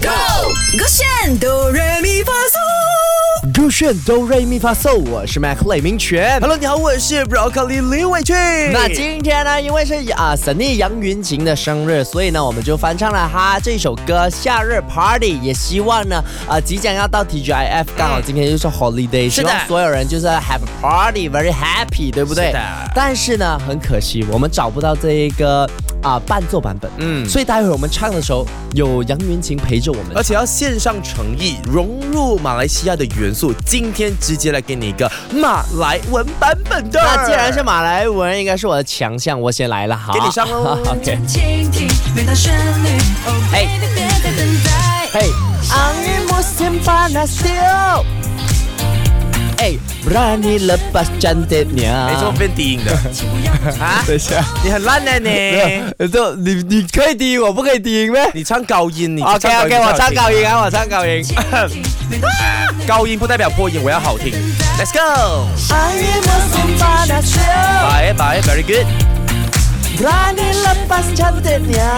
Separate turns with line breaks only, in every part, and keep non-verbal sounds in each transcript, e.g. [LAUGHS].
Go，勾选哆来咪发嗦。
入选哆瑞咪发嗦，我是 Mac 雷明全。
Hello，你好，我是 Broccoli 李伟俊。
那今天呢，因为是啊 Sunny 杨云晴的生日，所以呢，我们就翻唱了她这首歌《夏日 Party》，也希望呢，啊，即将要到 TGIF，刚好今天就是 Holiday，希
的
望所有人就是 Have a Party，Very Happy，对不对
是的？
但是呢，很可惜，我们找不到这一个啊伴奏版本，嗯，
嗯
所以待会儿我们唱的时候有杨云晴陪着我们
而。且要献上诚意，融入马来西亚的元素。今天直接来给你一个马来文版本的。
那既然是马来文，应该是我的强项，我先来了，好，啊
给你上哦喽
OK。
倾听每段旋律，哦，
哎
别别再等待。
Hey, angin musim panas tiup. Hey, berani lepas cantiknya.
没错，变低音的
请不要
[LAUGHS] 啊！
等一下，
你很烂
[LAUGHS]
的呢，
哎这你你可以低音，我不可以低音呗
你唱高音，你唱
？OK
高音
OK，我唱高
音，
音啊，我唱高音。
倾听每段旋律。
高音不代表破音，我要好听。Let's go，
Angin musim panas tiup,
拜拜，Very good。
berani lepas cantiknya.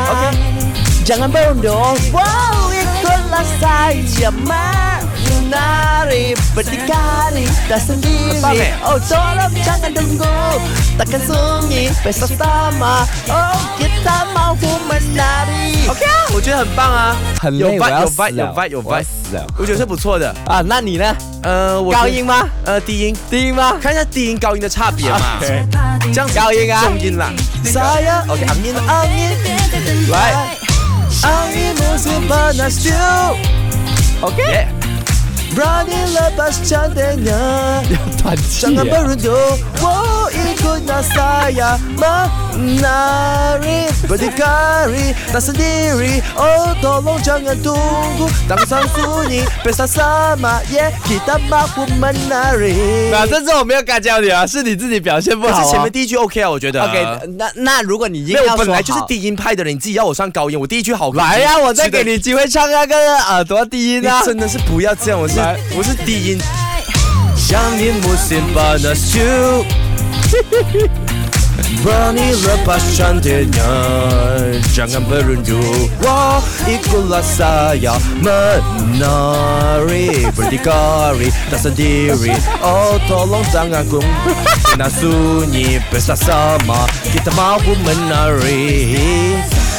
Jangan bodoh, wow ikutlah saja menari berdikari tak
Betul,
sendiri.
Nek.
Oh tolong jangan tunggu, takkan sunyi pesta sama. Oh kita mahu menari.
OK 啊，我觉得很棒啊，
很累
有
我要
vibe 有
死了
vibe 有 vibe 有
我要
vibe，
死了
我觉得是不错的。
啊，那你呢？
呃，我觉
高
得
音吗？
呃，低音，
低音吗？
看一下低音高音的差别嘛。
OK
这样子
高音啊
重音啦。
Saya
OK，昂音啊，
angin
别再等
来
待。
angin musim panas tiup. OK，
耶
berani lepas
[LAUGHS]
cantiknya.
断
啊
气
Jangan berundur Wow ikutlah saya Menari Berdikari Tak sendiri Oh tolong jangan tunggu Tangsan sunyi Pesta sama Yeah Kita mahu menari
那这次我没有干掉你啊，是你自己表现不
可
好、啊。
是前面第一句 OK 啊，我觉得。
OK，那那如果你硬
没有，
要
我
说哎
本来就是
好
低音派的人，你自己要我上高音，我第一句好。
来呀、我再给
是的。
你机会唱啊那个耳朵低音
你
啊！
真的是不要这样，我是
来
我是低音。
Angin musim panas you Berani lepas cantiknya Jangan berundur Wah, ikutlah saya menari Berdikari tak sendiri Oh, tolong jangan kung Kena sunyi bersama Kita mahu menari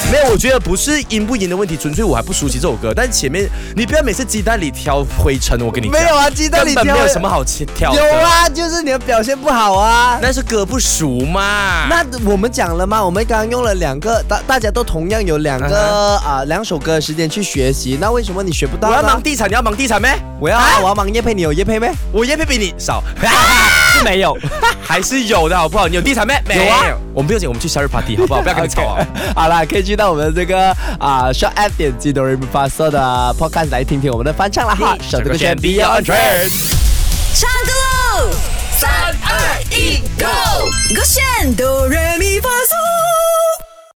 没有，我觉得不是赢不赢的问题，纯粹我还不熟悉这首歌。但前面你不要每次鸡蛋里挑灰尘，我跟你
没
讲
有啊，鸡蛋里
根本
挑
没有什么好挑的。
有，啊，就是你的表现不好啊。
那是歌不熟嘛。
那我们讲了嘛，我们刚刚用了两个，大大家都同样有两个啊、两首歌的时间去学习，那为什么你学不到
我
呢？
要忙地产，你要忙地产咩？
我要、啊我要忙叶配，你有叶配没？ [LAUGHS]
我业配比你少， [LAUGHS]
是没 [LAUGHS] 有。
还是有的好不好？你有地产咩？没
有啊。
我们不用紧，我们去生日 party 好不好？不要跟你吵
[LAUGHS]
啊。
好啦，可以去到我们这个啊、s h o p App 点击 d o r i m f a s o 的 Podcast 来听听我们的翻唱啦哈。
你
手这个
选
选 Beyond t r a
唱歌喽！三二一，Go！勾选哆来咪发嗦。